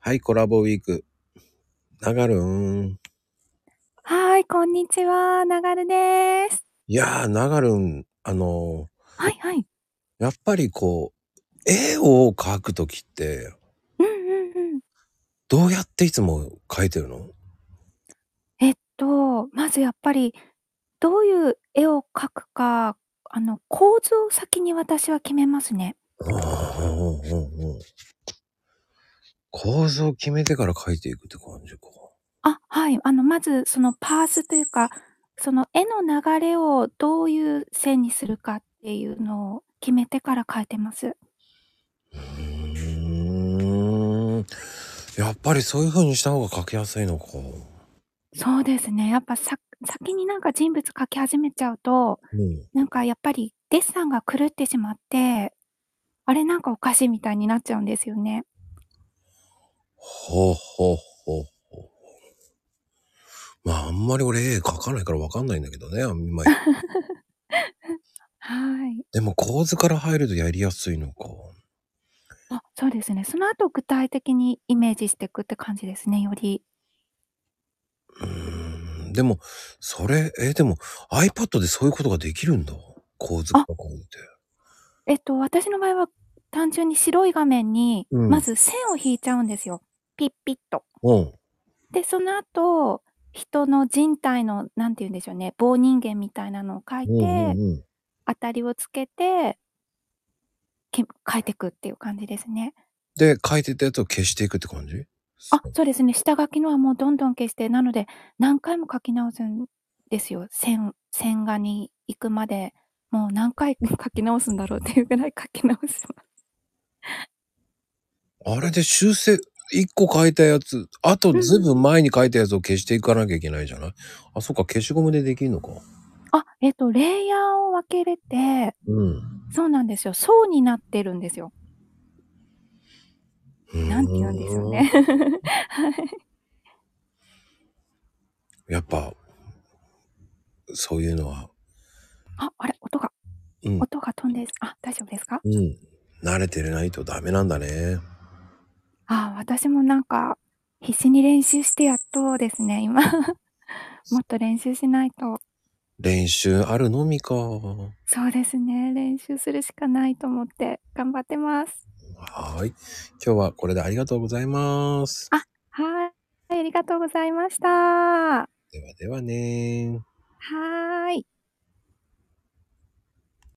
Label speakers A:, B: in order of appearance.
A: はい、コラボウィーク。ながるん。
B: はーい、こんにちは、ながるです。
A: いやー、ながるん、あの
B: はいはい。
A: ーやっぱりこう、絵を描くときって、
B: うんうんうん。
A: どうやっていつも描いてるの
B: えっと、まずやっぱり、どういう絵を描くか、あの、構図を先に私は決めますね。
A: うんうんうんうん。構図を決めてから描いていくって感じか。
B: あ、はい。あの、まず、そのパースというか、その絵の流れをどういう線にするかっていうのを決めてから描いてます。
A: うーん。やっぱりそういう風にした方が描きやすいのか。
B: そうですね。やっぱさ、先になんか人物描き始めちゃうと、
A: うん。
B: なんかやっぱりデッサンが狂ってしまって、あれなんかおかしいみたいになっちゃうんですよね。
A: ほうほうほうほう。まあ、あんまり俺絵描かないからわかんないんだけどね、あんまり。
B: はい。
A: でも構図から入るとやりやすいのか。
B: あ、そうですね。その後具体的にイメージしていくって感じですね、より。
A: うーん。でも、それ、え、でも iPad でそういうことができるんだ。構図から入るって。
B: えっと、私の場合は単純に白い画面に、
A: うん
B: まず線を引いちゃうんですよ。ピッピッと。
A: うん。
B: で、その後、人の人体の、なんて言うんでしょうね、棒人間みたいなのを描いて、
A: うんうんうん。
B: 当たりをつけて、き描いていくっていう感じですね。
A: で、描いてたやつを消していくって感じ
B: あ、そうですね。下書きのはもうどんどん消して、なので何回も書き直すんですよ。線、線画に行くまで、もう何回書き直すんだろうっていうぐらい書き直す。
A: あれで修正、一個描いたやつ、あとずいぶん前に描いたやつを消していかなきゃいけないじゃないあ、そっか、消しゴムでできるのか。
B: あ、えっ、と、レイヤーを分けれて、
A: うん。
B: そうなんですよ。層になってるんですよ。なんて言うんですよね。。はい
A: やっぱ、そういうのは、
B: あ、あれ、音が、
A: うん。
B: 音が飛んで、あ、大丈夫ですか
A: うん。慣れてないとダメなんだね。
B: あ、私もなんか、必死に練習してやっとですね、今。 もっと練習しないと。
A: 練習あるのみか。
B: そうですね。練習するしかないと思って頑張ってます。
A: はーい。今日はこれでありがとうございます。
B: はい。ありがとうございました。は
A: ではではねー。
B: ーい。